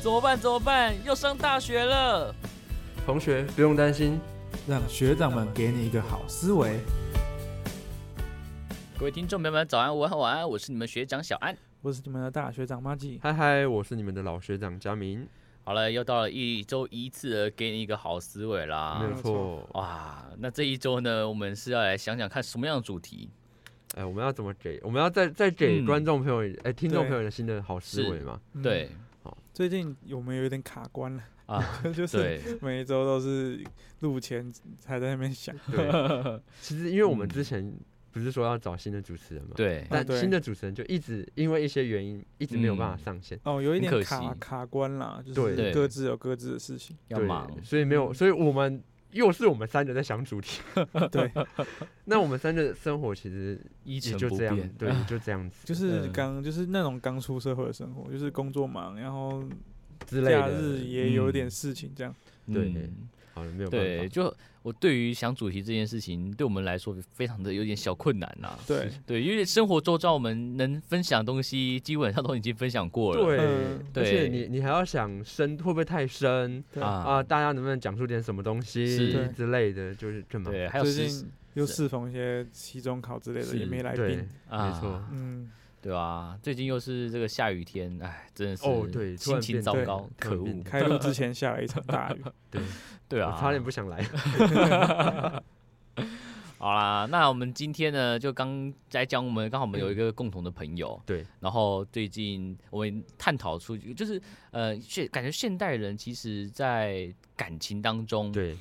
怎么办？怎么办？要上大学了！同学不用担心，让学长们给你一个好思维。各位听众朋友们，早安、午安、晚安，我是你们学长小安。我是你们的大学长马季。嗨嗨，我是你们的老学长佳明，好了，又到了一周一次的给你一个好思维没啦。有错。哇，那这一周呢，我们是要来想想看什么样的主题？哎，我们要怎么给？我们要再再给嗯观众朋友、哎听众对朋友的新的好思维嘛？嗯对，最近我们有点卡关了啊， 就是对，每一周都是录前才在那边想。对。其实，因为我们嗯之前不是说要找新的主持人嘛？。对，但啊对新的主持人就一直因为一些原因，一直没有嗯办法上线。哦，有一很可点惜卡卡关啦，就对对是各自有各自的事 情。要忙。所以没有，所以我们又是我们三个在想主题。 对，那我们三个生活其实一也成就不这样变，，对，也就这 样子就是嗯刚就是那种刚出社会的生活，就是工作忙，然后之类假的。日也有点嗯事情这样。对嗯好了，没有办对，法。就我对于想主题这件事情，对我们来说非常的有点小困难啦。对，对，因为生活周遭我们能分享的东西，基本上都已经分享过了。对嗯，而对且你你还要想深，会不会太深？对啊、啊，大家能不能讲出点什么东西是之类的，就是更忙。对，还有最时近又适逢一些期中考之类的，是也没来对宾。啊，没错嗯，对啊，最近又是这个下雨天，哎，真的是哦对突心然情变糟对糕，突可然恶变，开录之前下了一场大雨。对，对我啊，差点 不想来。好啦，那我们今天呢，就刚在讲我们刚好我们有一个共同的朋友，嗯对，然后最近我们探讨出就是呃，现感觉现代人其实在感情当中，，对，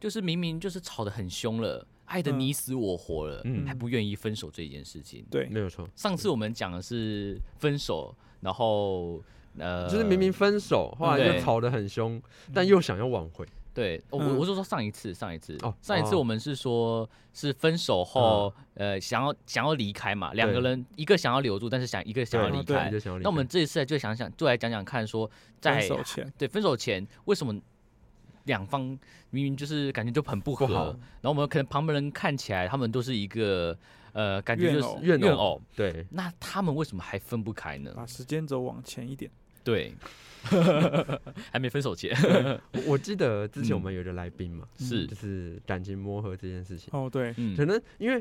就是明明就是吵得很凶了，爱得嗯你死我活了，嗯还不愿意分手这件事情。对，没有错，上次我们讲的是分手，然后呃，就是明明分手，后来对又吵得很凶，但又想要挽回。对，哦我、嗯我就说上一次，上一次，哦上一次哦我们是说，是分手后，呃，想要想要离开嘛，两个对人一个想要留住，但是想一个想要对离对开。就想要离那我们开这一次就想想，就来讲讲看说 在分手前，对分手前为什么两方明明就是感觉就很不合，不好然后我们可能旁边人看起来他们都是一个呃，感觉怨就是偶啊怨偶偶，对那他们为什么还分不开呢？把时间轴往前一点。对， 还没分手前我我记得之前我嗯们有一个来宾嘛，是就，是感情磨合这件事情，哦，对，嗯可能因为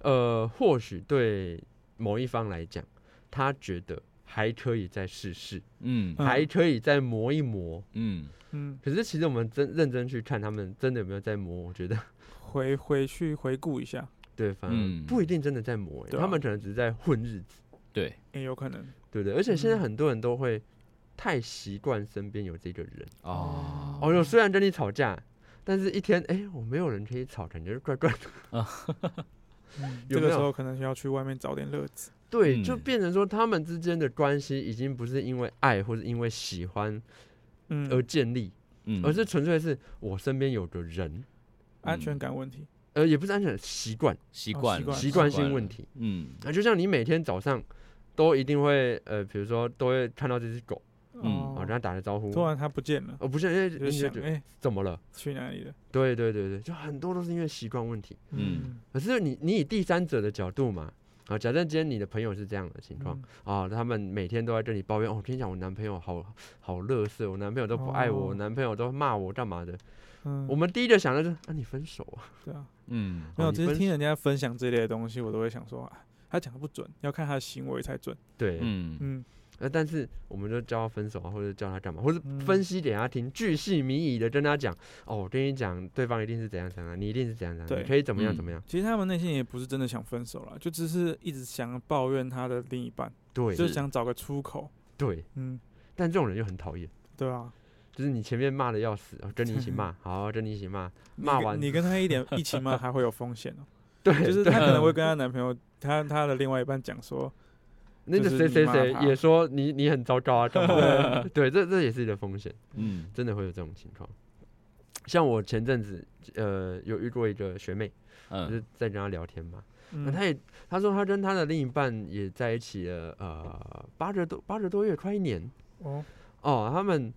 呃，或许对某一方来讲，他觉得还可以再试试，嗯嗯还可以再磨一磨。嗯，嗯，可是其实我们真认真去看他们真的有没有在磨，我觉得回回去回顾一下，对，反嗯而不一定真的在磨、欸对啊他们可能只是在混日子，对，也有可能。对不对？而且现在嗯很多人都会太习惯身边有这个人，哦，哦哟，虽然跟你吵架，但是一天哎、我没有人可以吵，感觉怪怪的，嗯有没这个时有候可能要去外面找点乐子。对，就嗯变成说他们之间的关系已经不是因为爱或是因为喜欢嗯，而建立，嗯而是纯粹是我身边有个人，安全感问题，呃，也不是安全习惯习哦惯习惯习惯性问了，题。嗯啊，就像你每天早上都一定会呃，比如说都会看到这只狗，嗯啊、哦跟它打个招呼。突然他不见了，哦，不是，哎、就你想就觉得哎、怎么了？去哪里了？对对对对，就很多都是因为习惯问题。嗯可是你你以第三者的角度嘛，啊，假设今天你的朋友是这样的情况、嗯啊，他们每天都在跟你抱怨，哦，我跟你讲，我男朋友好好乐色，我男朋友都不爱我，我哦男朋友都骂我干嘛的？嗯，我们第一个想的就是，啊，你分手啊，哦对啊，嗯没有，你其实分听人家分享这类的东西，我都会想说，啊、他讲的不准，要看他的行为才准。对，嗯，嗯，呃，但是我们就叫他分手啊，或者叫他干嘛，或者嗯分析给他听，巨细靡遗的跟他讲，哦，我跟你讲，对方一定是怎样怎样，你一定是怎样怎样，你对可以怎么样嗯怎么样，其实他们内心也不是真的想分手了，就只是一直想抱怨他的另一半，对就是想找个出口。对，嗯，但这种人又很讨厌，对啊，就是你前面骂的要死，哦跟你一起骂，好，跟你一起骂，骂你跟完你跟他一点一起骂，还会有风险哦、对， 就是对她可能会跟她男朋友，她她的另外一半讲说，那就个是谁你谁骂谁他也说你你很糟糕啊，干嘛的？ 对，这这也是一个风险，嗯真的会有这种情况。像我前阵子呃有遇过一个学妹，就嗯是在跟她聊天嘛，那嗯，他也他说他跟他的另一半也在一起了，呃，八个多八个多月，快一年哦，哦。他们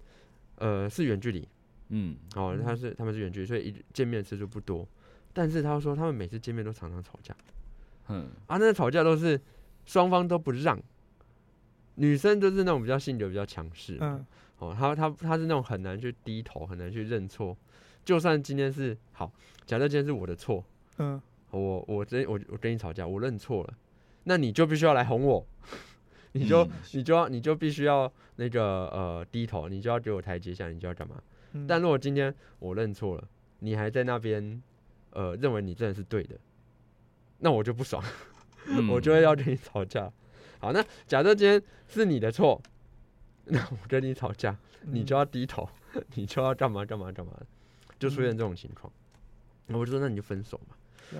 呃是远距离嗯，哦，他嗯是他们是远距离，所以一见面次数不多。但是他说他们每次见面都常常吵架嗯，啊，那吵架都是双方都不让，女生就是那种比较性格比较强势，嗯，哦，她她她是那种很难去低头，很难去认错。就算今天是好，假设今天是我的错，嗯，我我真我我跟你吵架，我认错了，那你就必须要来哄我， 你就、嗯你就要你就必须要那个呃低头，你就要给我台阶下，你就要干嘛？嗯但如果今天我认错了，你还在那边呃认为你真的是对的，那我就不爽，嗯我就会要跟你吵架。 好，那假设今天是你的错， 那我跟你吵架，嗯你就要低头， 你就要干嘛干嘛干嘛的，就出现这种情况。我就说那你就分手嘛。嗯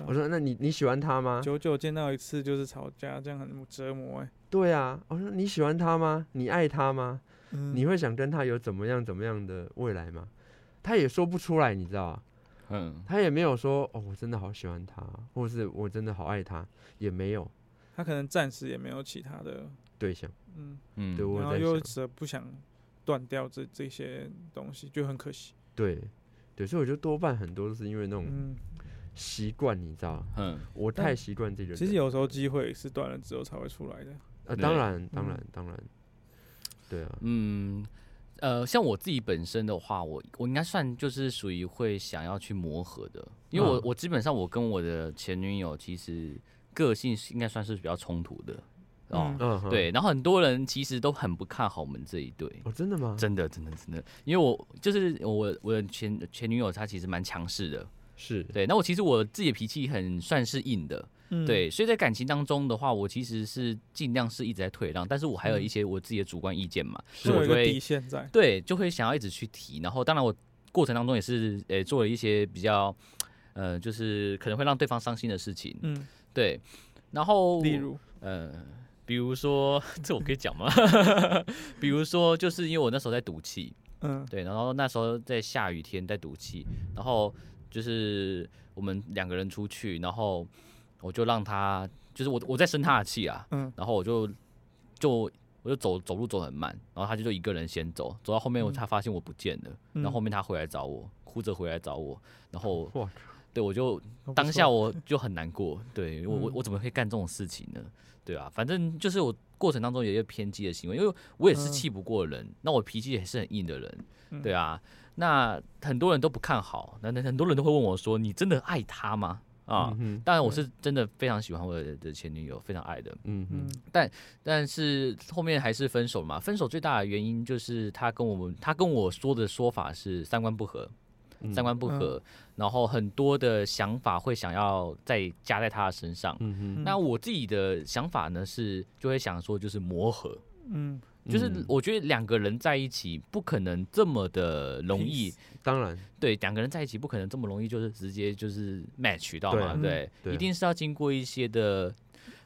我说那你你喜欢他吗？啊久久见到一次就是吵架，这样很折磨哎、对啊。我说你喜欢他吗？你爱他吗？嗯你会想跟他有怎么样怎么样的未来吗？他也说不出来，你知道吧、啊嗯他也没有说哦，我真的好喜欢他，或是我真的好爱他，也没有他可能暂时也没有其他的，对象。嗯，嗯，对我然后在又想舍不想断掉这这些东西，就很可惜。对，对，所以我觉得多半很多都是因为那种嗯，习惯，你知道吗，嗯我但太习惯这个人。其实有时候机会是断了之后才会出来的。啊，对当然，当嗯然，当然，对啊，嗯，呃，像我自己本身的话，我我应该算就是属于会想要去磨合的，因为我、嗯我基本上我跟我的前女友其实个性是应该算是比较冲突的哦。嗯嗯，哼，对，然后很多人其实都很不看好我们这一对，哦，真的吗？真的，真的，真的，因为我就是我我的前前女友，她其实蛮强势的，是，对。那我其实我自己的脾气很算是硬的，嗯，对，所以在感情当中的话，我其实是尽量是一直在退让，但是我还有嗯一些我自己的主观意见嘛，是所以我有一就个会底线在。对，就会想要一直去提。然后，当然我过程当中也是，呃、做了一些比较，呃，就是可能会让对方伤心的事情。嗯，对，然后，例，如，呃，比如说， 这我可以讲吗？比如说，就是因为我那时候在赌气，嗯对，然后那时候在下雨天在赌气，然后就是我们两个人出去，然后我就让他，就是我我在生他的气啊，嗯然后我就就我就走走路走很慢，然后他就就一个人先走，走到后面我嗯他发现我不见了，嗯然后后面他回来找我，哭着回来找我，然后哇，对我就还不当下错我就很难过，对我我嗯我怎么会干这种事情呢？对啊，反正就是我过程当中有一些偏激的行为，因为我也是嗯气不过人，那我脾气也是很硬的人，嗯对啊，那很多人都不看好，那那很多人都会问我说：“你真的爱他吗？”啊，嗯哼，当然我是真的非常喜欢我的的前女友，非常爱的，嗯嗯哼，但是后面还是分手嘛。分手最大的原因就是他跟我们，他跟我说的说法是三观不合，嗯三，观不合，然后很多的想法会想要再加在他的身上。嗯那我自己的想法呢是，就会想说就是磨合，嗯，哼，就是嗯我觉得两个人在一起不可能这么的容易 Peace 当然，对，两个人在一起不可能这么容易，就是直接就是 match 到嘛，对对，对一定是要经过一些的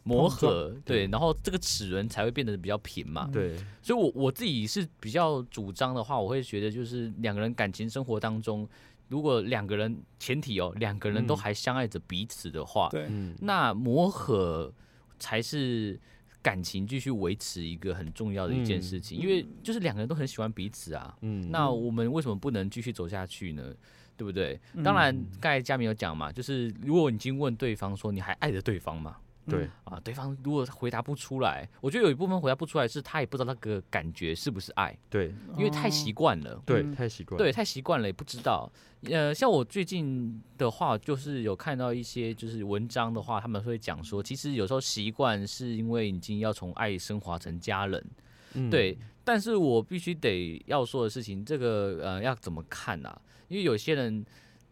磨碰撞合，对，然后这个齿轮才会变得比较平嘛。嗯对，所以我，我自己是比较主张的话，我会觉得就是两个人感情生活当中，如果两个人前提哦，两个人都嗯还相爱着彼此的话，对，嗯，那磨合才是。感情继续维持一个很重要的一件嗯事情，因为就是两个人都很喜欢彼此啊，嗯，那我们为什么不能继续走下去呢？对不对？嗯当然，刚才佳明有讲嘛，就是如果你已经问对方说你还爱着对方吗？对，啊，对方如果回答不出来，我觉得有一部分回答不出来是他也不知道那个感觉是不是爱，对因为太习惯了。对，嗯太习惯，对，，太习惯了，也不知道。呃，像我最近的话，就是有看到一些就是文章的话，他们会讲说，其实有时候习惯是因为已经要从爱升华成家人，嗯，对，但是我必须得要说的事情，这个呃要怎么看啊？因为有些人，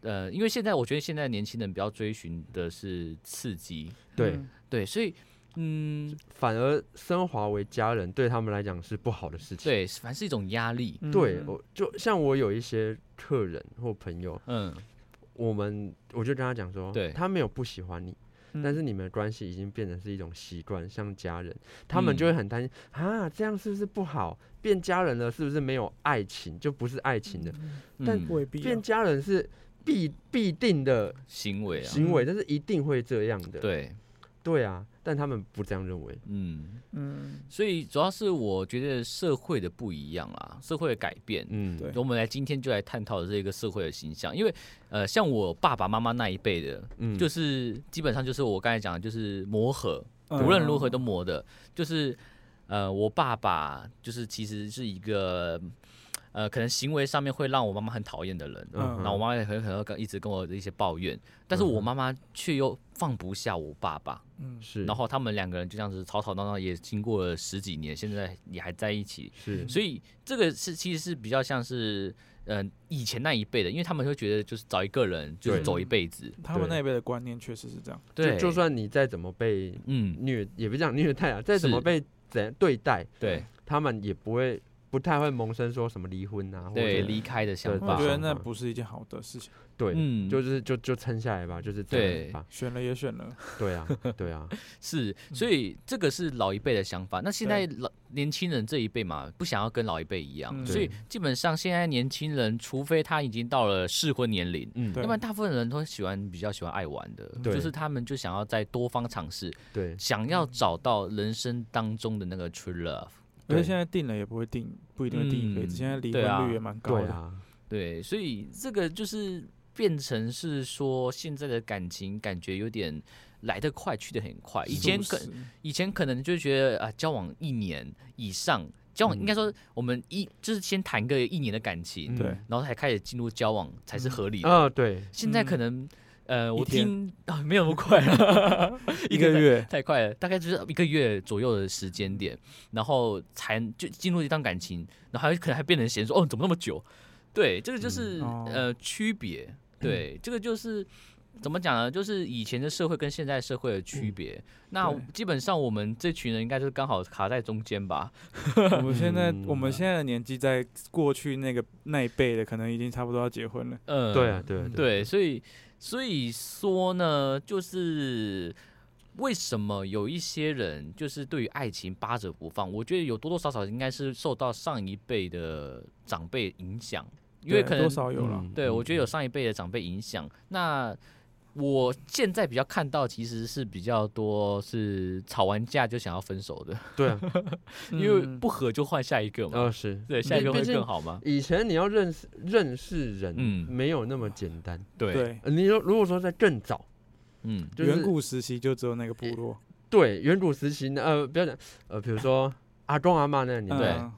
呃，因为现在我觉得现在年轻人比较追寻的是刺激，嗯对，对，所以嗯，反而升华为家人，对他们来讲是不好的事情。对，反正是一种压力，嗯对，嗯我就像我有一些客人或朋友，嗯，我们我就跟他讲说，对他没有不喜欢你，嗯但是你们的关系已经变成是一种习惯，像家人，他们就嗯会很担心、啊，这样是不是不好？变家人了是不是没有爱情，就不是爱情的？但嗯未必啊变家人是必必定的行为啊，行为，但是一定会这样的。对，对啊，但他们不这样认为。嗯，嗯所以主要是我觉得社会的不一样啊，社会的改变，嗯，对我们来今天就来探讨这个社会的形象，因为呃，像我爸爸妈妈那一辈的，嗯就是基本上就是我刚才讲的，就是磨合，嗯无论如何都磨的，就是呃，我爸爸就是其实是一个，呃，可能行为上面会让我妈妈很讨厌的人，嗯然后我妈妈也很可能会跟一直跟我的一些抱怨，但是我妈妈却又放不下我爸爸，嗯，是，然后他们两个人就这样子吵吵闹闹，也经过了十几年，现在也还在一起，是所以这个是其实是比较像是。嗯、以前那一辈的，因为他们会觉得就是找一个人就是对走一辈子，他们对那一辈的观念确实是这样。对，就就算你再怎么被嗯，虐，也不讲虐待啊，再怎是么被怎对待，对他们也不会不太会萌生说什么离婚啊，或对，者离开的想对我法觉，得吧那不是一件好的事情，对，嗯，就是就就撑下来吧，就是这样对吧，选了也选了，对啊，对啊，是，嗯所以这个是老一辈的想法。那现在老年轻人这一辈嘛，不想要跟老一辈一样，嗯所以基本上现在年轻人，除非他已经到了适婚年龄。嗯，对要不然大部分人都喜欢比较喜欢爱玩的，对就是他们就想要在多方尝试，对，想嗯要找到人生当中的那个 true love。而对且现在定了也不会定，不一定会定一辈子，嗯现在离对啊婚率也蛮高对的。啊，对，所以这个就是变成是说现在的感情感觉有点来得快，去得很快。以前是可不是以前可能就觉得啊、交往一年以上，交往嗯应该说我们一、就是先谈个一年的感情，嗯对，然后才开始进入交往才是合理的。啊，对，现在可嗯能呃，我一天听啊没有那么快 了，一个天月， 太快了，大概就是一个月左右的时间点，然后才就进入一段感情，然后还可能还变成嫌说哦怎么那么久？对，这个就是、嗯哦呃区别，对，这个就是怎么讲呢？就是以前的社会跟现在社会的区别。那嗯对基本上我们这群人应该就是刚好卡在中间吧？我们现在嗯我们现在的年纪，在过去那个那一辈的，可能已经差不多要结婚了。嗯，对啊，对啊，啊，对，所以所以说呢，就是为什么有一些人就是对于爱情扒着不放？我觉得有多多少少应该是受到上一辈的长辈影响，因为对可能多少有了，嗯对我觉得有嗯上一辈的长辈影响。那我现在比较看到，其实是比较多是吵完架就想要分手的，对啊，因为嗯不合就换下一个嘛。呃 是。对，下一毕个会毕竟更好吗？以前你要认识认识人，嗯没有那么简单。对，对呃你说如果说在更早，嗯，就是远古时期就只有那个部落，对远古时期呢，呃，不要讲，呃，比如说阿公阿妈那个年代，嗯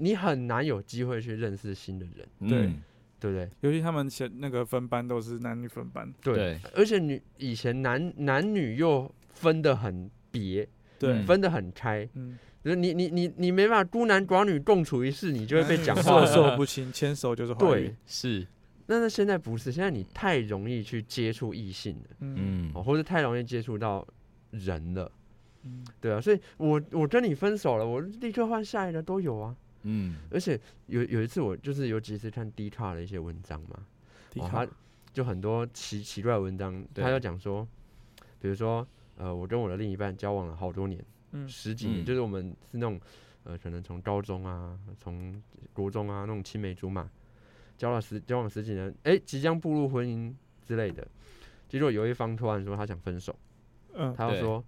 你很难有机会去认识新的人，对嗯对不对？尤其他们前那个分班都是男女分班，对，对，而且女以前男男女又分得很别，对，分得很拆，嗯，就是你你你你没办法孤男寡女共处一室，你就会被讲话嗯授。 受不亲，牵手就是怀嗯对孕，，是，但是现在不是，现在你太容易去接触异性了，嗯嗯哦，或者太容易接触到人了。嗯，对啊，所以我我跟你分手了，我立刻换下一个都有啊。嗯，而且有有一次我就是有几次看 D 卡的一些文章嘛，迪哦卡他就很多奇奇怪的文章，对他就讲说，比如说呃，我跟我的另一半交往了好多年，嗯十几嗯年，就是我们是那种呃，可能从高中啊，从国中啊那种青梅竹马，交了十交往十几年，哎、即将步入婚姻之类的，结果有一方突然说他想分手。嗯，他对就说：“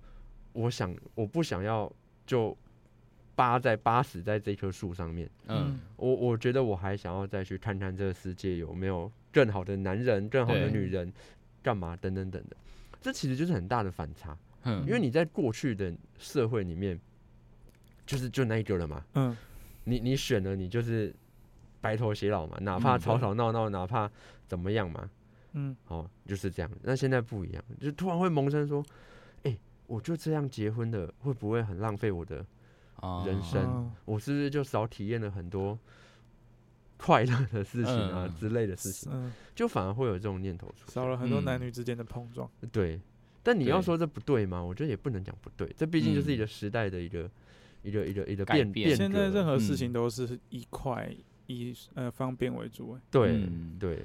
我想，我不想要就扒在扒死在这棵树上面。嗯，我我觉得我还想要再去看看这个世界有没有更好的男人、更好的对女人，干嘛等等等的。这其实就是很大的反差，嗯因为你在过去的社会里面，就是就那一个了嘛。嗯，你你选了，你就是白头偕老嘛，哪怕嗯吵吵闹闹，哪怕怎么样嘛，嗯，哦，就是这样。那现在不一样，就突然会萌生说，哎、我就这样结婚了，会不会很浪费我的？哦人生嗯我是不是就少体验了很多快乐的事情啊、嗯之类的事情？嗯，就反而会有这种念头出少现。了很多嗯男女之间的碰撞，对，但你要对说这不对吗？我觉得也不能讲不对，这毕竟就是一嗯个时代的一个、一个一个一个改变变变革。现在任何事嗯情都是以快以呃方便为主，哎对、嗯对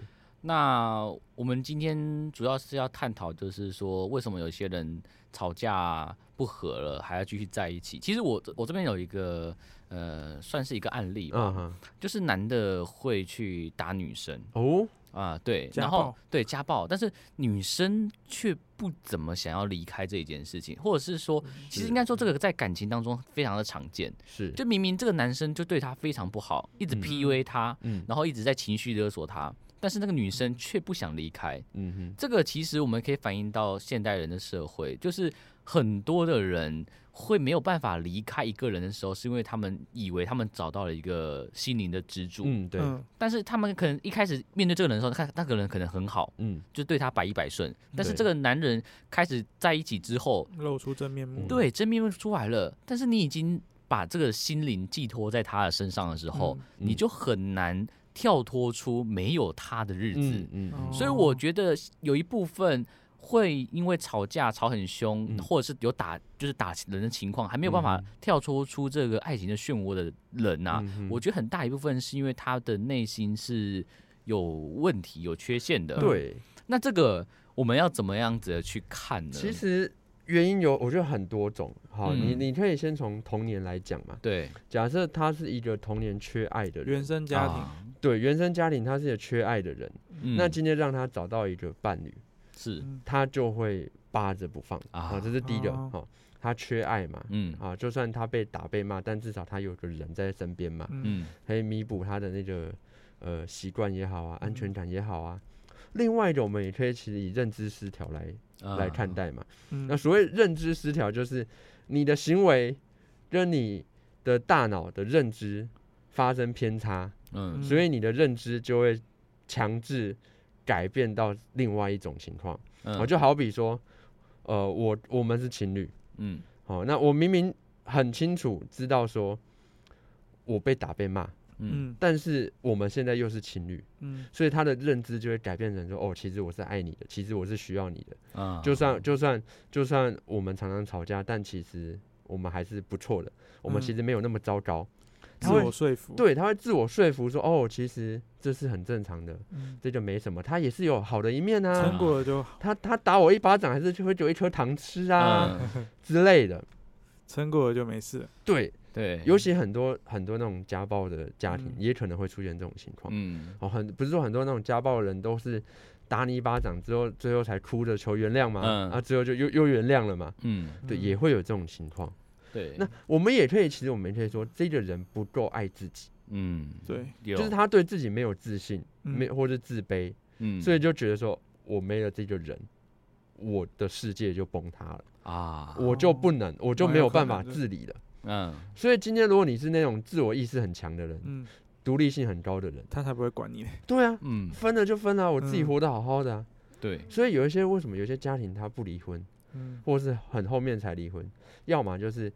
那我们今天主要是要探讨，就是说为什么有些人吵架不和了还要继续在一起？其实我我这边有一个呃，算是一个案例吧，嗯哼就是男的会去打女生哦啊，对，家然后暴对家暴，但是女生却不怎么想要离开这一件事情，或者是嗯说，其实应该说这个在感情当中非常的常见，是就明明这个男生就对她非常不好，一直嗯 PUA 她，嗯然后一直在情绪勒索他，但是那个女生却不想离开。嗯哼这个其实我们可以反映到现代人的社会，就是很多的人会没有办法离开一个人的时候，是因为他们以为他们找到了一个心灵的支柱，嗯，对，嗯但是他们可能一开始面对这个人的时候，看那个人可能很好，嗯，就对他百依百顺，但是对这个男人开始在一起之后，露出真面目。嗯对真面目出来了，但是你已经把这个心灵寄托在他的身上的时嗯，候，你嗯就很难跳脱出没有他的日子。嗯嗯嗯哦所以我觉得有一部分会因为吵架吵很凶，嗯或者是有打就是打人的情况，还没有办法嗯跳脱出这个爱情的漩涡的人呐、嗯嗯我觉得很大一部分是因为他的内心是有问题、有缺陷的。，对，那这个我们要怎么样子的去看呢？其实原因有我觉得很多种。好，嗯你你可以先从童年来讲嘛。对假设他是一个童年缺爱的人原，生家庭，啊对原生家庭他是一个缺爱的人，嗯那今天让他找到一个伴侣，是嗯他就会扒着不放啊啊，这是第一个哦哈，他缺爱嘛。嗯啊，就算他被打被骂，但至少他有个人在身边嘛，嗯嗯可以弥补他的那个呃习惯也好啊，安全感也好啊。另外一种，我们也可以其实以认知失调来啊来看，待嘛。嗯那所谓认知失调，就是你的行为跟你的大脑的认知发生偏差，嗯所以你的认知就会强制改变到另外一种情况。哦嗯我就好比说，呃，我我们是情侣，嗯哦，那我明明很清楚知道说我被打被骂，嗯嗯但是我们现在又是情侣，嗯所以他的认知就会改变成说，哦，其实我是爱你的，其实我是需要你的。啊就算就算就算我们常常吵架，但其实我们还是不错的，我们其嗯实没有那么糟糕。自他会我说服，对，他会自我说服说，哦，其实这是很正常的，嗯，这就没什么，他也是有好的一面撑啊。过了就好，他他打我一巴掌，还是就会有一颗糖吃啊、嗯之类的。 撑过了就没事了。对，对，尤其很多很多那种家暴的家庭，嗯也可能会出现这种情况。嗯哦，很不是说很多那种家暴的人都是打你一巴掌之后，最后才哭着求原谅嘛，嗯啊，之后就又又原谅了嘛，嗯对，嗯也会有这种情况。对，那我们也可以，其实我们也可以说，这个人不够爱自己，嗯对，有就是他对自己没有自信，嗯没或者自卑，嗯所以就觉得说我没了这个人，我的世界就崩塌了，啊我就不能，我就没有办法蛮有可能自的理了。嗯所以今天如果你是那种自我意识很强的人，嗯，独立性很高的人，他才不会管你嘞。对啊，嗯分了就分了、啊我自己嗯活得好好的啊。对所以有一些为什么有些家庭他不离婚，嗯或是很后面才离婚，要么就是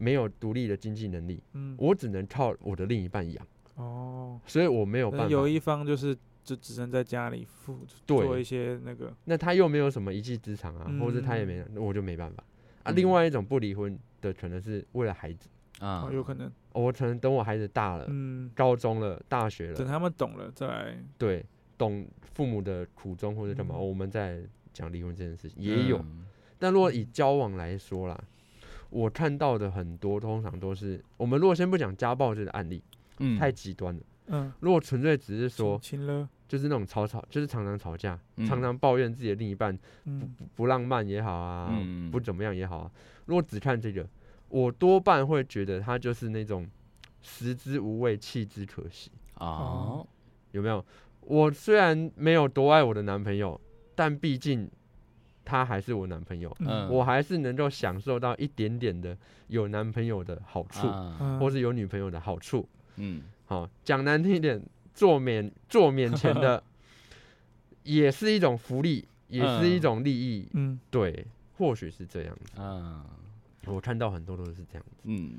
没有独立的经济能力， 嗯，我只能靠我的另一半养，哦，所以我没有可办能法。有一方就是就只能在家里付对做一些那个，那他又没有什么一技之长啊，或者他也嗯没，那我就没办法啊。嗯另外一种不离婚的，可能是为了孩子，啊哦，有可能，哦、我可能等我孩子大了，嗯，高中了，大学等了，他们懂了再来，对，懂父母的苦衷或者干嘛，哦嗯我们再讲离婚这件事情也有。嗯但如果以交往来说啦，我看到的很多通常都是，我们如果先不讲家暴这个案例，嗯太极端了。嗯，如果纯粹只是说，亲了，就是那种吵吵，就是常常吵架，嗯常常抱怨自己的另一半嗯不浪漫也好啊，嗯不怎么样也好啊。如果只看这个，我多半会觉得他就是那种食之无味，弃之可惜，啊有没有？我虽然没有多爱我的男朋友，但毕竟他还是我男朋友，嗯我还是能够享受到一点点的有男朋友的好处，啊嗯或是有女朋友的好处。嗯好、讲难听一点，做免做免钱 的也是一种福利，也是一嗯种利益。嗯对，或许是这样子。啊我看到很多都是这样子。嗯。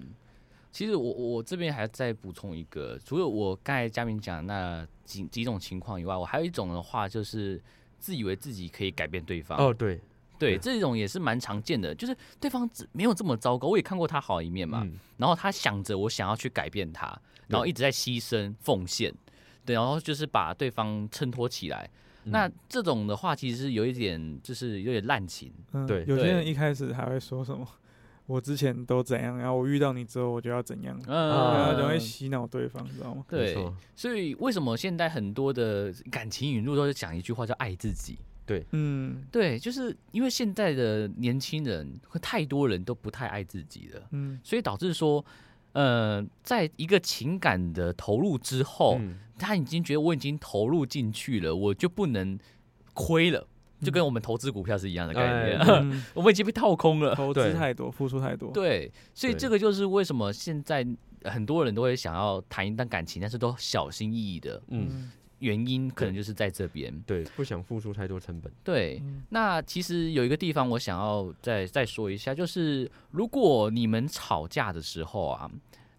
其实我我这边还再补充一个，除了我刚才嘉明讲的那几几种情况以外，我还有一种的话就是自以为自己可以改变对方。哦，对，对，这种也是蛮常见的，就是对方只没有这么糟糕，我也看过他好一面嘛。嗯，然后他想着我想要去改变他，然后一直在牺牲奉献，对，然后就是把对方衬托起来。嗯那这种的话，其实是有一点就是有点滥情，嗯，对有些对人一开始还会说什么， 我之前都怎样，然啊后我遇到你之后我就要怎样，然后啊就会嗯，洗脑对方，你知道吗？没对，错所以为什么现在很多的感情语录都是讲一句话叫爱自己？嗯对，就是因为现在的年轻人，会太多人都不太爱自己了。 嗯所以导致说，呃，在一个情感的投入之后，嗯他已经觉得我已经投入进去了，我就不能亏了，就跟我们投资股票是一样的概念，嗯哎嗯 我们已经被套空 了。投对资太多，付出太多，对，所以对这个就是为什么现在很多人都会想要谈一段感情，但是都小心翼翼的嗯，原因，可能就是在这边。对，不想付出太多成本。对，嗯，那其实有一个地方我想要再再说一下，就是如果你们吵架的时候啊，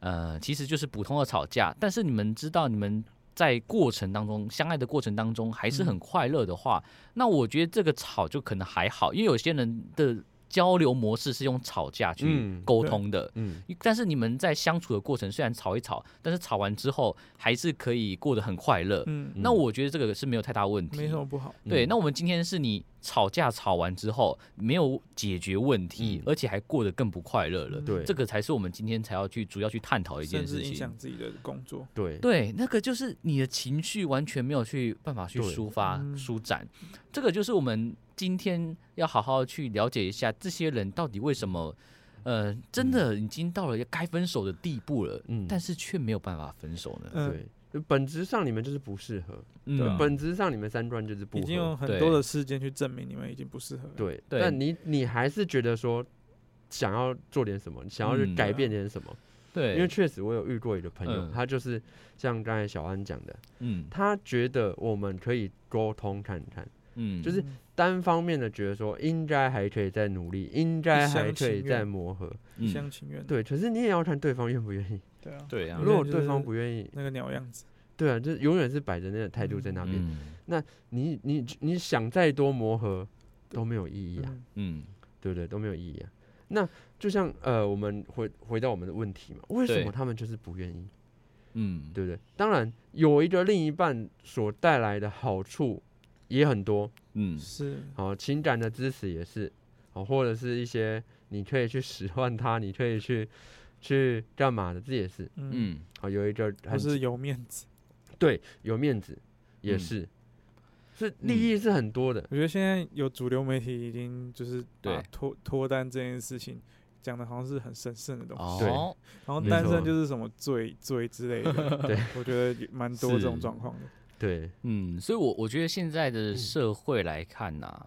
呃，其实就是普通的吵架，但是你们知道你们在过程当中相爱的过程当中还是很嗯快乐的话，那我觉得这个吵就可能还好，因为有些人的交流模式是用吵架去嗯沟对通的。嗯，但是你们在相处的过程，虽然吵一吵，但是吵完之后还是可以过得很快乐。嗯，那我觉得这个是没有太大问题。没什么不好，对，嗯那我们今天是你吵架吵完之后没有解决问题嗯，而且还过得更不快乐了，嗯对这个才是我们今天才要去主要去探讨的一件甚至事影情响。自己的工作，对对，那个就是你的情绪完全没有去办法去对抒发、嗯舒展，这个就是我们今天要好好去了解一下这些人到底为什么，呃，真的已经到了该分手的地步了，嗯但是却没有办法分手呢？嗯，对，就本质上你们就是不适合，对嗯啊，本质上你们三段就是不已经有合。很对多的事件去证明你们已经不适合了，对，对但你你还是觉得说想要做点什么，想要去嗯改变点什么，对，因为确实我有遇过一个朋友，嗯他就是像刚才小安讲的，嗯他觉得我们可以沟通看看，嗯，就是单方面的觉得说应该还可以再努力，应该还可以再磨合，一嗯厢情愿，对。可是你也要看对方愿不愿意，对啊，对啊嗯如果对方不愿意，那个鸟样子，对啊，就是永远是摆着那个态度在那边，嗯你你你想再多磨合都没有意义啊，嗯嗯对不对？都没有意义啊。那就像呃，我们回回到我们的问题嘛，为什对么他们就是不愿意，嗯，对不对？当然有一个另一半所带来的好处也很多，嗯是，哦，情感的支持也是，哦，或者是一些你可以去使唤他，你可以去去干嘛的，这也是嗯，嗯，哦，有一个不很是有面子，对有面子，也嗯是，是利益是很多的，我觉得现在有主流媒体已经就是把对脱脱单这件事情讲的好像是很神圣的东西，哦，然后没单身错就是什么罪罪之类的， 对，我觉得也蛮多这种是状况的，对，嗯，所以我，我觉得现在的社会来看呐、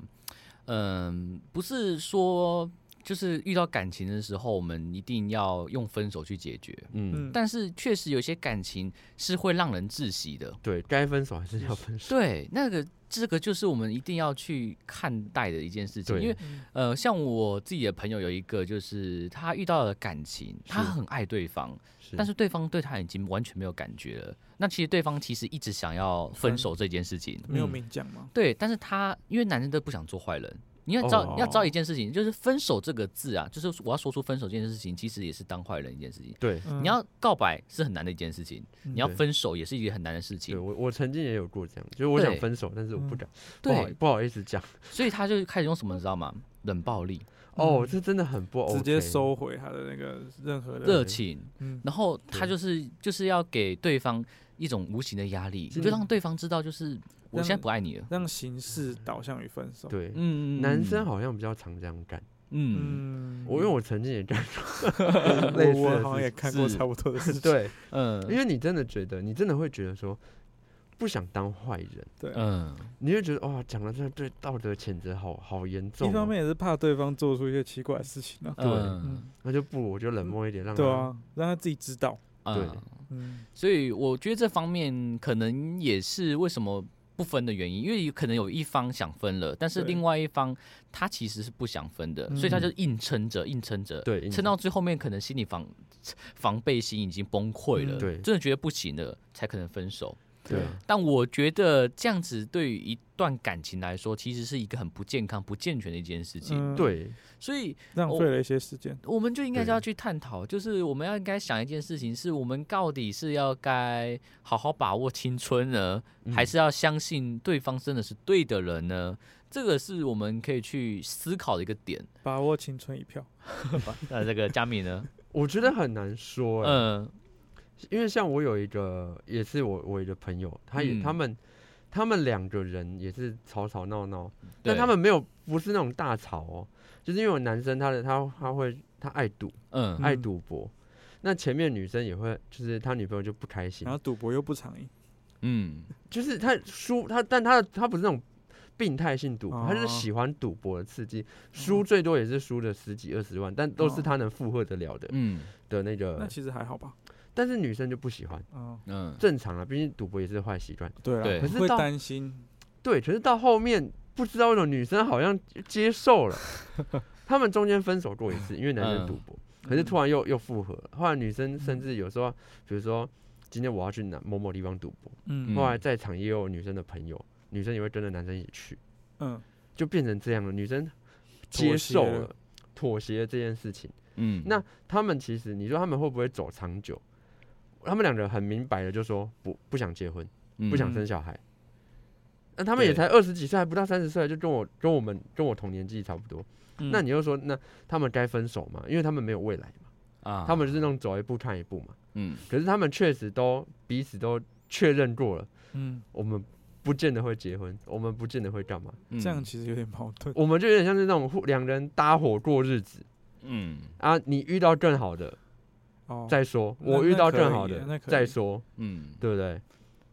嗯、不是说就是遇到感情的时候，我们一定要用分手去解决，嗯，嗯，但是确实有些感情是会让人窒息的。对该分手还是要分手，对，那个这个就是我们一定要去看待的一件事情，对因为嗯呃，像我自己的朋友有一个，就是他遇到了感情，他是很爱对方，但是对方对他已经完全没有感觉了。那其实对方其实一直想要分手这件事情，没有嗯明讲嘛，对，但是他因为男人都不想做坏人。你要知道，哦你要知道一件事情，就是分手这个字啊，就是我要说出分手这件事情，其实也是当坏人一件事情。对，你要告白是很难的一件事情，嗯你要嗯对分手也是一件很难的事对情。我我曾经也有过这样，就是我想对分手，但是我不嗯敢，不好对，不好意思讲，所以他就开始用什么，你知道吗？冷暴力、哦，嗯这真的很不 OK，直接收回他的那个任何的热，情，嗯，然后他对就是就是要给对方一种无形的压力，真就的让对方知道，就是我让现在不爱你了。让形式导向于分手，对，嗯，男生好，好像比较常这样干，嗯，嗯，我因为我曾经也 干过类我似的我事好像也情看过是差不多的事情，对。嗯因为你真的觉得，你真的会觉得说，不想当坏人，对，嗯，你会觉得哇，讲了这对道德谴责好好严重、一哦。方，面也是怕对方做出一些奇怪的事情啊，对嗯哦那就不如我就冷漠一点，让对他啊，让他自己知道，对嗯嗯，所以我觉得这方面可能也是为什么不分的原因，因为可能有一方想分了，但是对另外一方他其实是不想分的，所以他就硬撑着，硬撑着，对硬撑到最后面可能心理防防备心已经崩溃了，嗯对真的觉得不行了才可能分手。对对但我觉得这样子对于一段感情来说，其实是一个很不健康、不健全的一件事情，嗯，对所以浪费了一些时间，我们就应该对就要去探讨，就是我们要应该想一件事情，是我们到底是要该好好把握青春呢，嗯还是要相信对方真的是对的人呢？这个是我们可以去思考的一个点。把握青春一票，那这个佳敏 呢？我觉得很难说、欸，嗯因为像我有一个，也是我我一个朋友，他也、嗯他们他们两个人也是吵吵闹闹，嗯对但他们没有不是那种大吵哦，就是因为我男生他的他他会他爱赌嗯爱嗯赌博。那前面女生也会，就是他女朋友就不开心然，后赌博又不常赢，嗯就是他输他，但他的他不是那种病态性赌博，他就是哦喜欢赌博的刺激，输最多也是输了十几二十万，但都是哦他能负荷得了的嗯的那个那。其实还好吧。但是女生就不喜欢，嗯，嗯，正常啊，毕竟赌博也是坏习惯。对对了，可是会到担心，对，可是到后面不知道为什么女生好像接受 了，他们中间分手过一次，因为男生嗯赌博，可是突然又又复合了，后来女嗯生甚至有时候，比如说今天我要去哪某某地方赌博，嗯后来在场也有女生的朋友，女生也会跟着男生一起去，嗯，就变成这样了，女生妥接协受了了。妥协这件事情，嗯，那他们其实你说他们会不会走长久？他们两个很明白的就说不不想结婚，不想嗯生小孩。那、他们也对才二十几岁，还不到三十岁，就跟我跟我们跟我同年纪差不多。那嗯你又说，那他们该分手嘛？因为他们没有未来嘛，啊，他们就是那种走一步看一步嘛。嗯可是他们确实都彼此都确认过了，嗯，我们不见得会结婚，我们不见得会干嘛，嗯这样其实有点矛盾。我们就有点像是那种互两人搭伙过日子嗯啊。你遇到更好的哦，再说，那我遇那到可更好以那的可再以说，嗯，对不对？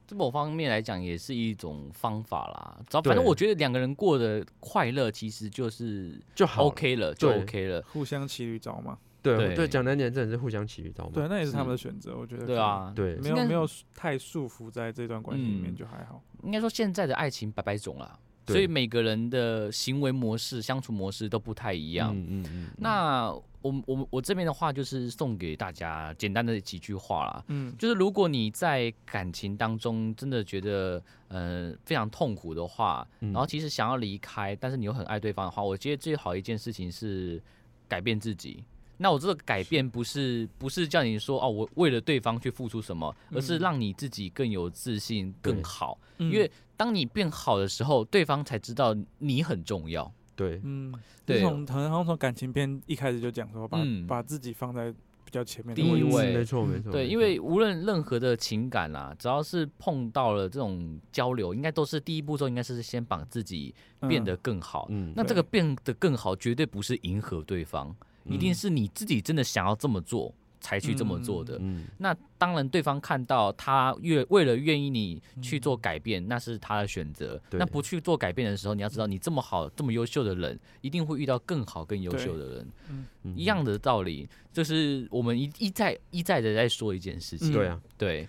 这某方面来讲也是一种方法啦。只要对反正我觉得两个人过得快乐，其实就是就好了 OK 了，就对 OK 了。互相骑驴找嘛，对对对，讲难点真的是互相起，你知道对，吗？那也是他是们的选择，我觉得嗯对可以，啊，对，没应该有是没有太束缚在这段关系里面嗯就还好。应该说现在的爱情百百种啦，对所以每个人的行为模式、相处模式都不太一样。嗯嗯嗯，那我们我们我这边的话就是送给大家简单的几句话啦，嗯，就是如果你在感情当中真的觉得呃非常痛苦的话，嗯然后其实想要离开，但是你又很爱对方的话，我觉得最好一件事情是改变自己。那我这个改变不是不是叫你说哦，我为了对方去付出什么，而是嗯让你自己更有自信、更对好。因因为当你变好的时候，对方才知道你很重要。对，嗯，就对哦是从好像从感情片一开始就讲说，把嗯把自己放在比较前面的第一置位嗯没错没错，对，没因错为无论任何的情感啦、只要是碰到了这种交流，应该都是第一步骤，应该是先把自己变得，更好。嗯那这个对变得更好，绝对不是迎合对方，一定嗯是你自己真的想要这么做才去这么做嗯的。嗯那当然，对方看到他愿为了愿意你去做嗯改变，那是他的选择。对那不去做改变的时候，你要知道，你这么好、这么优秀的人，一定会遇到更好、更优秀的人。嗯一样的道理，就是我们一一再一再的在说一件事情。对啊，对，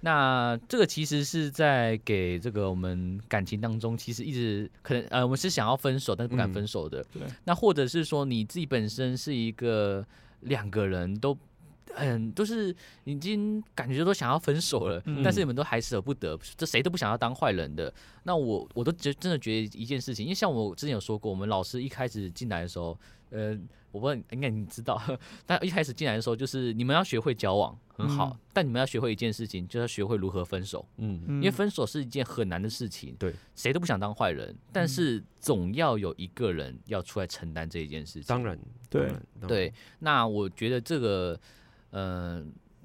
那这个其实是在给这个我们感情当中，其实一直可能呃，我们是想要分手，但是不敢嗯分手的。对，那或者是说你自己本身是一个两个人都。很都是已经感觉都想要分手了，嗯但是你们都还舍不得，这谁都不想要当坏人的。那我我都觉真的觉得一件事情，因为像我之前有说过，我们老师一开始进来的时候，呃，我不知道应该你知道， 但一开始进来的时候就是你们要学会交往，很好，嗯但你们要学会一件事情，就是要学会如何分手。嗯因因为分手是一件很难的事情，对，谁都不想当坏人，但嗯是总要有一个人要出来承担这一件事情。当然对， 当然当然对，那我觉得这个，呃，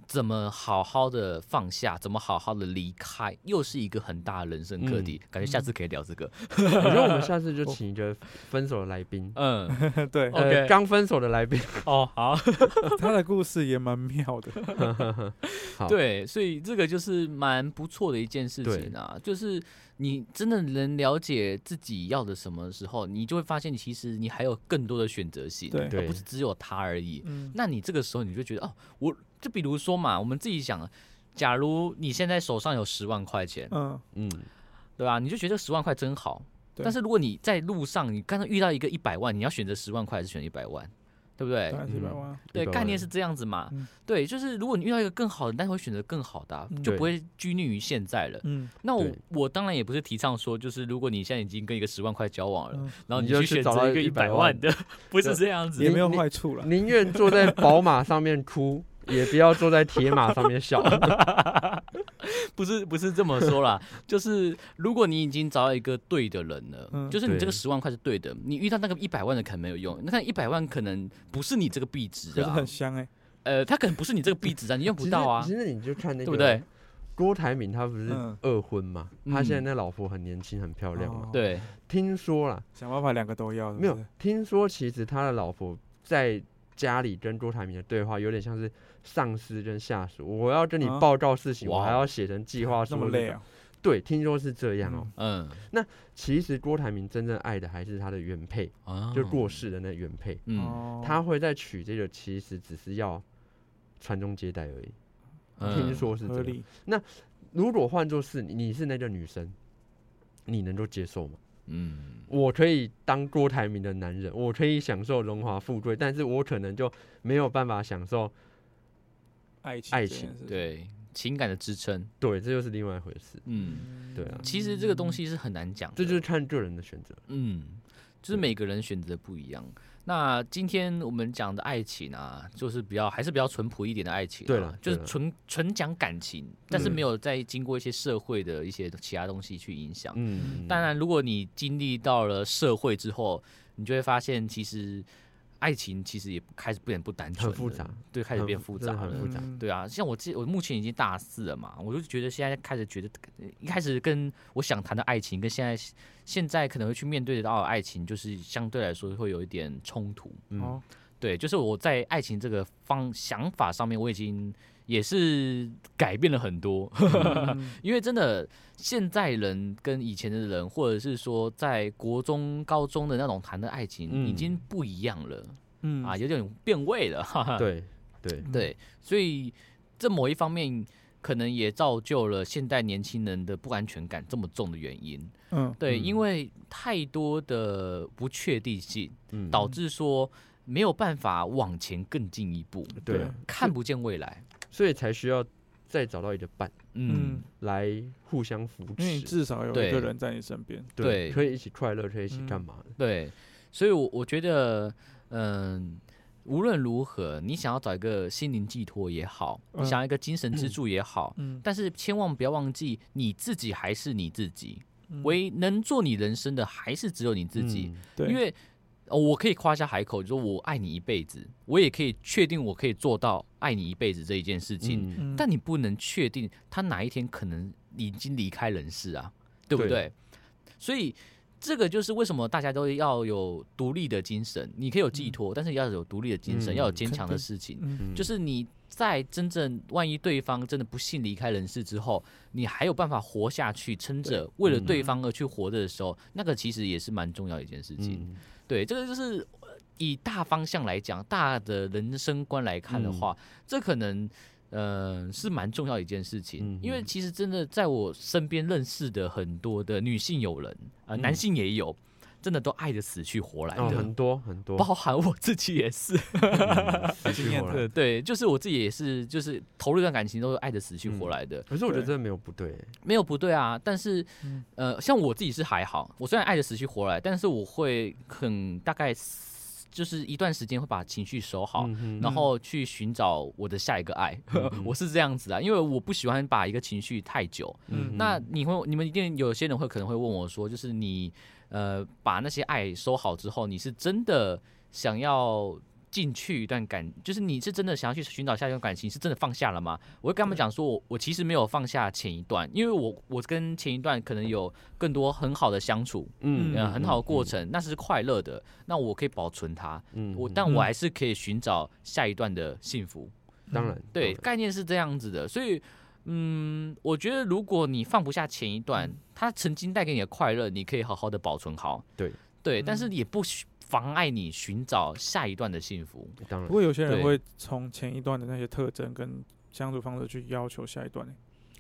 怎么好好的放下，怎么好好的离开，又是一个很大的人生课题。感觉下次可以聊这个。我觉得 我们下次就请一个分手的来宾，嗯， 对哦 OK 呃，刚分手的 来宾，哦，好，他的故事也蛮 妙的，好对，所以这个就是蛮不错的一件事情啊，就是你真的能了解自己要的什么时候，你就会发现其实你还有更多的选择性，对而对不是只有他而已。嗯，那你这个时候你就觉得哦，我就比如说嘛，我们自己想，假如你现在手上有十万块钱，嗯，嗯，对吧、你就觉得十万块真好。对但是如果你在路上，你刚才遇到一个一百万，你要选择十万块还是选一百万，对不对？当然是百万啊，对， 100概念万是这样子嘛。嗯对，就是如果你遇到一个更好的，但会选择更好的啊、嗯就不会拘泥于现在了。嗯，那我对我当然也不是提倡说，就是如果你现在已经跟一个十万块交往了，嗯然后你去就去选找择到一个一100百万万的，不是对这样子也。没有你坏处了，宁愿坐在宝马上面哭，也不要坐在铁马上面笑。 不是不是这么说啦，就是如果你已经找到一个对的人了，嗯就是你这对个十万块是对的，你遇到那个一百万的可能没有用，那一百万可能不是你这个币值可是啊很，香哎，呃，它可能不是你这个币值啊，你用 不到啊其，实其实你就看对那个，不对？？郭台铭他不是嗯二婚嘛，他嗯现在那老婆很年轻，很漂亮嘛。哦对，听说啦，想办法两个都要，是不没有是，听说，其实他的老婆在家里跟郭台铭的对话有点像是上司跟下属，我要跟你啊哦报告事情，哇 我还要写成计划书，那么累！啊，对，听说是这样哦。嗯其实郭台铭真正爱的还是他的原配，啊就过世的那原配，嗯嗯哦他会在娶这个，其实只是要传宗接代而已。嗯听说是合这样。理，如果换作是你，你是那个女生，你能够接受吗？嗯我可以当郭台铭的男人，我可以享受荣华富贵，但是我可能就没有办法享受。爱情爱这件事，对情感的支撑对，这就是另外一回事。嗯。对啊其实这个东西是很难讲的，这就是看个人的选择。嗯，就是每个人选择不一样。那今天我们讲的爱情啊，就是比较还是比较淳朴一点的爱情、啊，对了就是对了纯纯讲感情，但是嗯没有再经过一些社会的一些其他东西去影响。嗯，当然，如果你经历到了社会之后，你就会发现，其实爱情其实也开始变得不单纯很了，复杂，对，开始很变复复真的杂很了。复杂嗯对啊，像我自我目前已经大四了嘛，我就觉得现在开始觉得，一开始跟我想谈的爱情跟现在现在可能会去面对到的爱情，就是相对来说会有一点冲突。嗯哦，对，就是我在爱情这个方想法上面，我已经也是改变了很多， 嗯因为真的现在人跟以前的人，或者是说在国中、高中的那种谈的爱情，已嗯经不一样了、嗯啊，有点变味了，哈哈。对对，对，所以这某一方面可能也造就了现代年轻人的不安全感这么重的原因。嗯对，嗯因为太多的不确定性，嗯，导致说没有办法往前更进一步，对啊，看不见未来。所以才需要再找到一个伴嗯嗯，，来互相扶因为你持，至少有对一个人在你身边，嗯对可以一起快乐，可以一起嗯干嘛的？对，所以我，我觉得，嗯、无论如何，你想要找一个心灵寄托也好，你嗯想要一个精神支柱也好，嗯，但是千万不要忘记，你自己还是你自己。嗯唯能做你人生的还是只有你自己，嗯，对，因为、呃我可以夸下海口，就说我爱你一辈子，我也可以确定我可以做到爱你一辈子这一件事情，嗯嗯但你不能确定他哪一天可能已经离开人世啊，对不对？对所以这个就是为什么大家都要有独立的精神，你可以有寄托，但是要有独立的精神，嗯要有坚强的肯定事情。嗯嗯就是你在真正万一对方真的不幸离开人世之后，你还有办法活下去，撑着为嗯了对方而去活着的时候，那个其实也是蛮重要的一件事情。嗯对，这个就是呃以大方向来讲，大的人生观来看的话，嗯这可能。呃，是蛮重要的一件事情，嗯因为其实真的在我身边认识的很多的女性友人，呃，男性也有，真的都爱的死去活来嗯哦，的，很多很 多，包含我自己也是。嗯死去经验活来对特对，就是我自己也是，就是投入一段感情都是爱的死去活来的，可是我觉得对真的没有不对欸，没有不对啊。但是嗯，呃，像我自己是还好，我虽然爱的死去活来，但是我会很大概就是一段时间会把情绪收好。嗯哼，然后去寻找我的下一个爱， 我是这样子啊，因为我不喜欢把一个情绪太久。嗯哼那你会，你们一定有些人会可能会问我说，就是你呃把那些爱收好之后，你是真的想要进去一段感，就是你是真的想要去寻找下一段感情，是真的放下了吗？我会跟他们讲说，我我其实没有放下前一段，因为我我跟前一段可能有更多很好的相处，嗯呃，很好的过，嗯程，那是快乐的，那我可以保存它，嗯我嗯但我还是可以寻找下一段的幸福。当然对，当然概念是这样子的，所以，嗯，我觉得如果你放不下前一段，嗯它曾经带给你的快乐，你可以好好的保存好。对嗯对，但是也不许妨碍你寻找下一段的幸福。当然不过有些人对会从前一段的那些特征跟相处方式去要求下一段欸，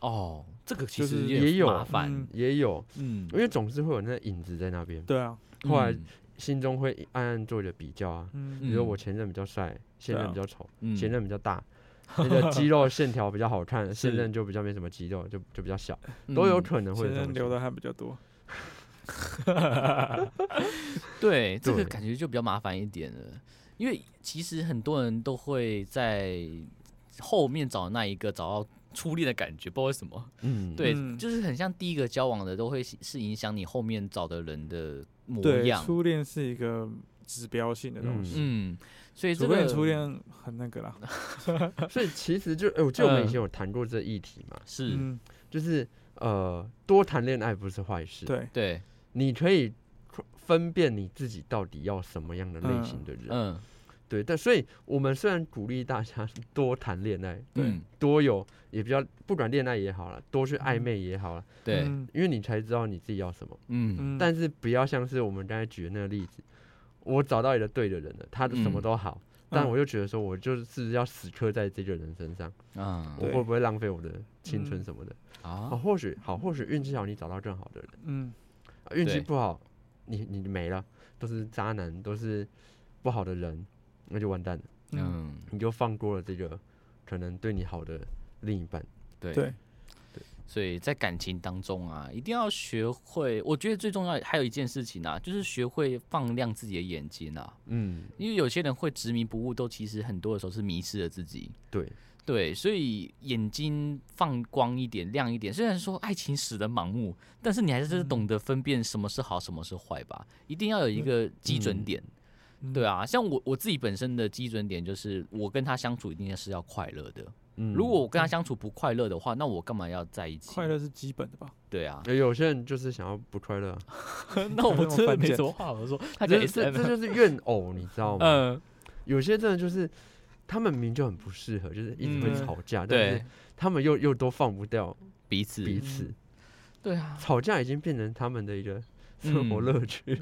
哦，这个其就实是点也有麻烦嗯，也有，嗯因为总是会有那影子在那边，对啊，后来心中会暗暗做着比较啊，比嗯嗯如说我前任比较帅，现对任啊比较丑，嗯前任比较 大，那个肌肉线条比较好看，现任就比较没什么肌肉，就就比较小，嗯都有可能会有嗯现这种在流情的汗比较多，对，这个对感觉就比较麻烦一点了，因为其实很多人都会在后面找那一个找到初恋的感觉，不知道为什么。嗯，对，嗯就是很像第一个交往的都会是是影响你后面找的人的模对，样。初恋是一个指标性的东西，嗯，所以这除非个你初恋很那个啦， 所以其实就，哎，我记得我们嗯以前有谈过这议题嘛，是、嗯，就是呃，多谈恋爱不是坏事，，对，对，你可以分辨你自己到底要什么样的类型的人，嗯对，但所以我们虽然鼓励大家多谈恋爱，嗯，多有也比较不管恋爱也好了，多去暧昧也好了，对，嗯因为你才知道你自己要什么。嗯嗯，但是不要像是我们刚才举的那个例子，我找到一个对的人了，他什么嗯都好，但嗯我就觉得说，我就是是不是要死磕在这个人身上，啊我嗯对会不会浪费我的青春嗯什么的？好，啊，或许好，或许运气好，你找到更好的人；嗯啊运气对不好，你你没了，都是渣男，都是不好的人，那就完蛋了，嗯，嗯，你就放过了这个可能对你好的另一半。对对，所以在感情当中啊，一定要学会，我觉得最重要还有一件事情啊，就是学会放亮自己的眼睛啊，嗯，因为有些人会执迷不悟，都其实很多的时候是迷失了自己。对，对，所以眼睛放光一点，亮一点。虽然说爱情使人盲目，但是你还是嗯懂得分辨什么是好，什么是坏吧。一定要有一个基准点，嗯对，啊。像我我自己本身的基准点就是，我跟他相处一定是要快乐的。嗯，如果我跟他相处不快乐的话，那我干嘛要在一起？快，乐是基本的吧？对啊。有有些人就是想要不快乐啊， 那我真的没犯什么话好说。他这跟是 S 这 M，这就是怨偶，你知道吗？ 嗯，有些真的就是他们明明就很不适合，就是一直会嗯吵架，但对嗯是，他们又又都放不掉彼此，彼此，对啊，吵架已经变成他们的一个生活嗯乐趣。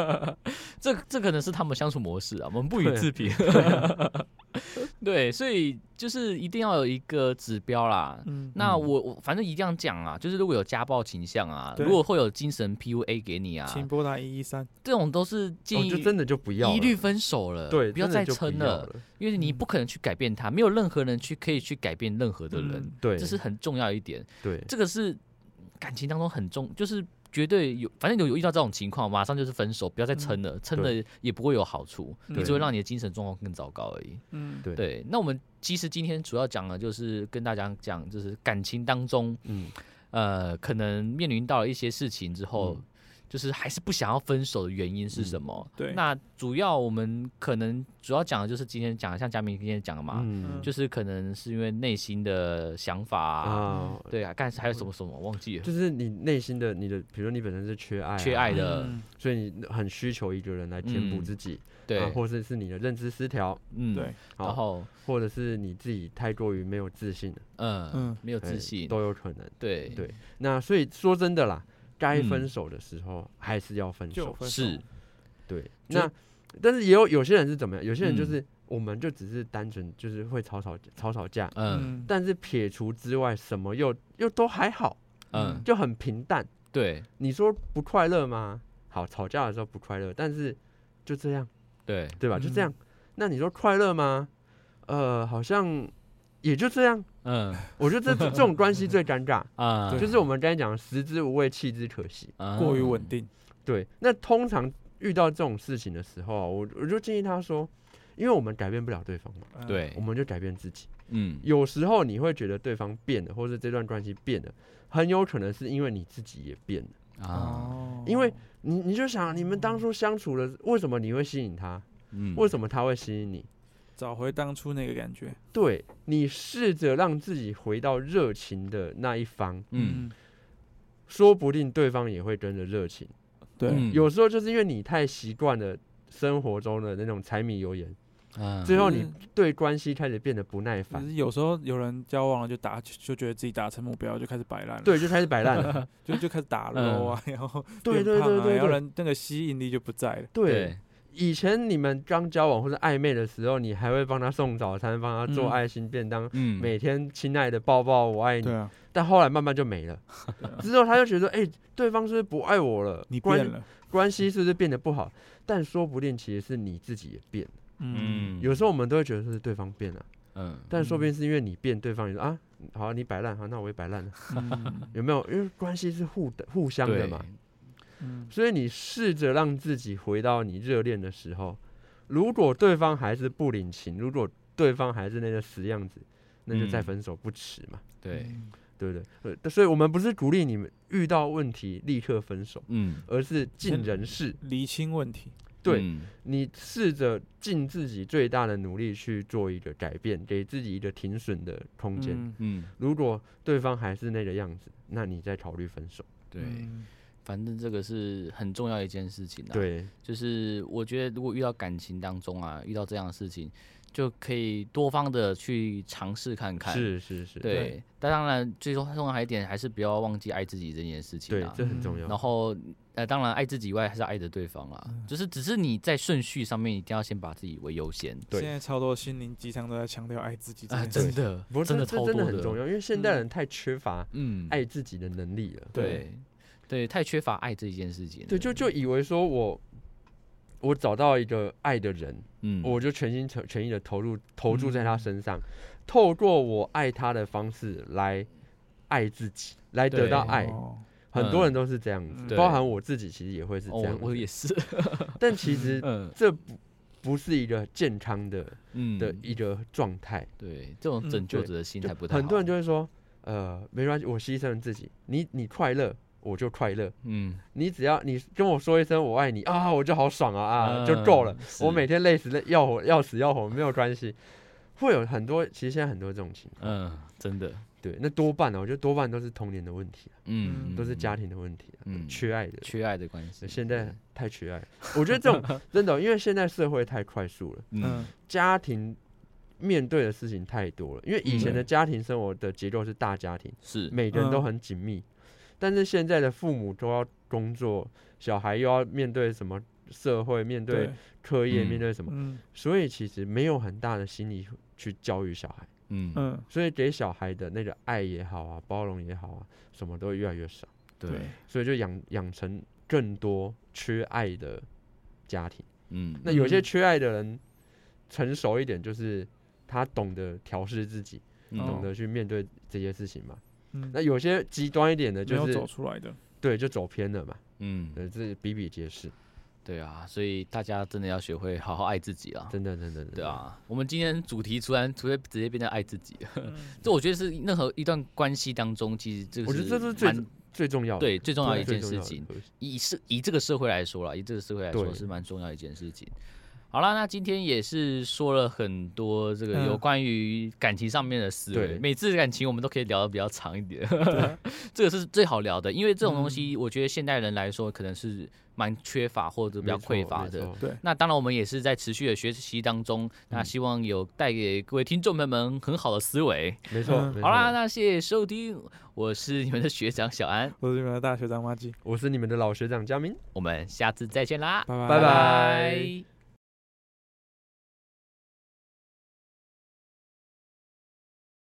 这这可能是他们相处模式啊，我们不予 对啊置评。 对，所以就是一定要有一个指标啦。嗯，那嗯我我反正一定要讲啊，就是如果有家暴倾向啊，对如果会有精神 PUA 给你啊，嗯请拨打一一三。这种都是建 哦，就议真的就不要一了律分手了，对，不要真的再就不撑要了，了，嗯因为你不可能去改变他，没有任何人去可以去改变任何的人，嗯对，这是很重要一点。对，这个是感情当中很重，就是绝对有，反正有有遇到这种情况，马上就是分手，不要再撑嗯了，撑了也不会有好处，嗯你只会让你的精神状况更糟糕而已。嗯，对对，那我们其实今天主要讲的就是跟大家讲，就是感情当中，嗯，呃，可能面临到了一些事情之后。嗯就是还是不想要分手的原因是什么？对那主要我们可能主要讲的就是今天讲的，像佳明今天讲的嘛，嗯就是可能是因为内心的想法啊，啊，对啊，干还有什么什么忘记了，就是你内心的你的，比如说你本身是缺爱啊，缺爱的嗯所以你很需求一个人来填补嗯自己，对啊，或者是你的认知失调，嗯，对，然好，后或者是你自己太过于没有自信了，嗯嗯没有哎自信，都有可能。对对那所以说真的啦，该分嗯手的时候还是要分就手，分手是，对，就那但是也有有些人是怎么样？有些人就嗯是我们就只是单纯就是会吵吵吵吵架，嗯嗯，但是撇除之外，什么又又都还好，嗯就很平淡。对你说不快乐吗？好，吵架的时候不快乐，但是就这样，对对吧？就这嗯样。那你说快乐吗？呃，好像也就这样。嗯我觉得这这种关系最尴尬，啊，嗯就是我们刚才讲的食之无味，弃之可惜。啊嗯过于稳，定。对，那通常遇到这种事情的时候啊，我我就建议他说，因为我们改变不了对方嘛，嗯，对我，们就改变自己。嗯有时候你会觉得对方变了，或是这段关系变了，很有可能是因为你自己也变啊，了。哦，因为你你就想，你们当初相处的，为什么你会吸引他？嗯，为什么他会吸引你？找回当初那个感觉。对你试着让自己回到热情的那一方，嗯，说不定对方也会跟着热情。对，嗯有时候就是因为你太习惯了生活中的那种柴米油盐，嗯最后就你是对关系开始变得不耐可烦，是有时候有人交往了就打，就觉得自己达成目标就开始摆烂了，，对，就开始摆烂 了。就就开始打嗯 low 啊，然后对变对胖对啊对然后对人那个吸引力就不在了。对对，以前你们刚交往或者暧昧的时候，你还会帮他送早餐，帮他做嗯爱心便当，嗯每天亲爱的抱抱，我爱你。啊，但后来慢慢就没 了。之后他就觉得，哎、对方是不是不爱我了？你关变了，关系是不是变得不好？但说不定其实是你自己也变了。嗯，嗯有时候我们都会觉得是对方变了，嗯但说不定是因为你变，对方也说啊，好，你摆烂，好，那我也摆烂了， 嗯有没有？因为关系是互的互相的对嘛，嗯所以你试着让自己回到你热恋的时候，如果对方还是不领情，如果对方还是那个死样子，那就再嗯分手不迟嘛。对，对不对？呃，所以我们不是鼓励你们遇到问题立刻分手，嗯而是尽先人事，厘清问题，对嗯你试着尽自己最大的努力去做一个改变，给自己一个停损的空间。嗯嗯如果对方还是那个样子，那你再考虑分手。对，嗯反正这个是很重要一件事情啊。，对，就是我觉得如果遇到感情当中啊，遇到这样的事情，就可以多方的去尝试看看。是是是，对，但当然最重重要一点还是不要忘记爱自己这件事情对啊，。这很重要。然后，呃，当然爱自己以外还是要爱着对方啦，就是只是你在顺序上面一定要先把自己为优先对现在超多心灵鸡汤都在强调爱自己这啊，件事真情，的不，是真的这超这真多的很重要，因为现代人太缺乏嗯，爱自己的能力了。对对，太缺乏爱这一件事情了，对，就就以为说我我找到一个爱的人，嗯，我就全心全全意的投入投注在他身上，嗯透过我爱他的方式来爱自己，来得到对爱。哦很多人都是这样子，嗯对包含我自己，其实也会是哦这样我子。我也 是，但其 实嗯这不不是一个健康的嗯，的一个状态。对，这种嗯拯救对者的心就态不太好，很多人就会说，呃，没关系，我牺牲了自己，你你快乐我就快乐，嗯你只要你跟我说一声我爱你啊，我就好爽啊啊、就够嗯了。，我每天天累死累要活要死要活没有关系，会有很多，其实现在很多这种情况。嗯真的对，那多半呢、啊我觉得多半都是童年的问题啊、嗯都是嗯家庭的问题啊、嗯缺爱的。缺爱的关系，现在太缺爱了，我觉得这种 真的，因为现在社会太快速了，嗯嗯家庭面对的事情太多了。因为以前的嗯家庭生活的结构是大家庭，是每个人都嗯很紧密，但是现在的父母都要工作，小孩又要面对什么社会，面对对，课业，嗯面对什么，嗯所以其实没有很大的心理去教育小孩，嗯嗯，所以给小孩的那个爱也好啊，包容也好啊，什么都越来越少，对所以就养养成更多缺爱的家庭。嗯那有些嗯缺爱的人成熟一点，就是他懂得调试自己，嗯懂哦得去面对这些事情嘛。嗯那有些极端一点的，没有就走是出来的，对，就走偏了嘛，嗯对，这比比皆是，对啊，所以大家真的要学会好好爱自己啊。真的，真的，真的对，啊，我们今天主题突然突然直接变成爱自己了，嗯这我觉得是任何一段关系当中，其实这个我觉得这是最蛮最重要的，对最重要的对一件最重事要的情。核心以是以这个社会来说啦，以这个社会来说对是蛮重要的一件事情。好啦，那今天也是说了很多这个嗯有关于感情上面的思维。对每次感情我们都可以聊的比较长一点， 啊这个是最好聊的，因为这种东嗯西我觉得现代人来说可能是蛮缺乏或者比较没错匮乏的没。错那当然，我们也是在持续的学习当嗯中，那希望有带给各位听众朋友们很好的思维。没错。嗯没好啦，错，那谢谢收听，我是你们的学长小安，我是你们的大学长妈鸡，我是你们的老学长佳明。我们下次再见啦，拜拜拜拜拜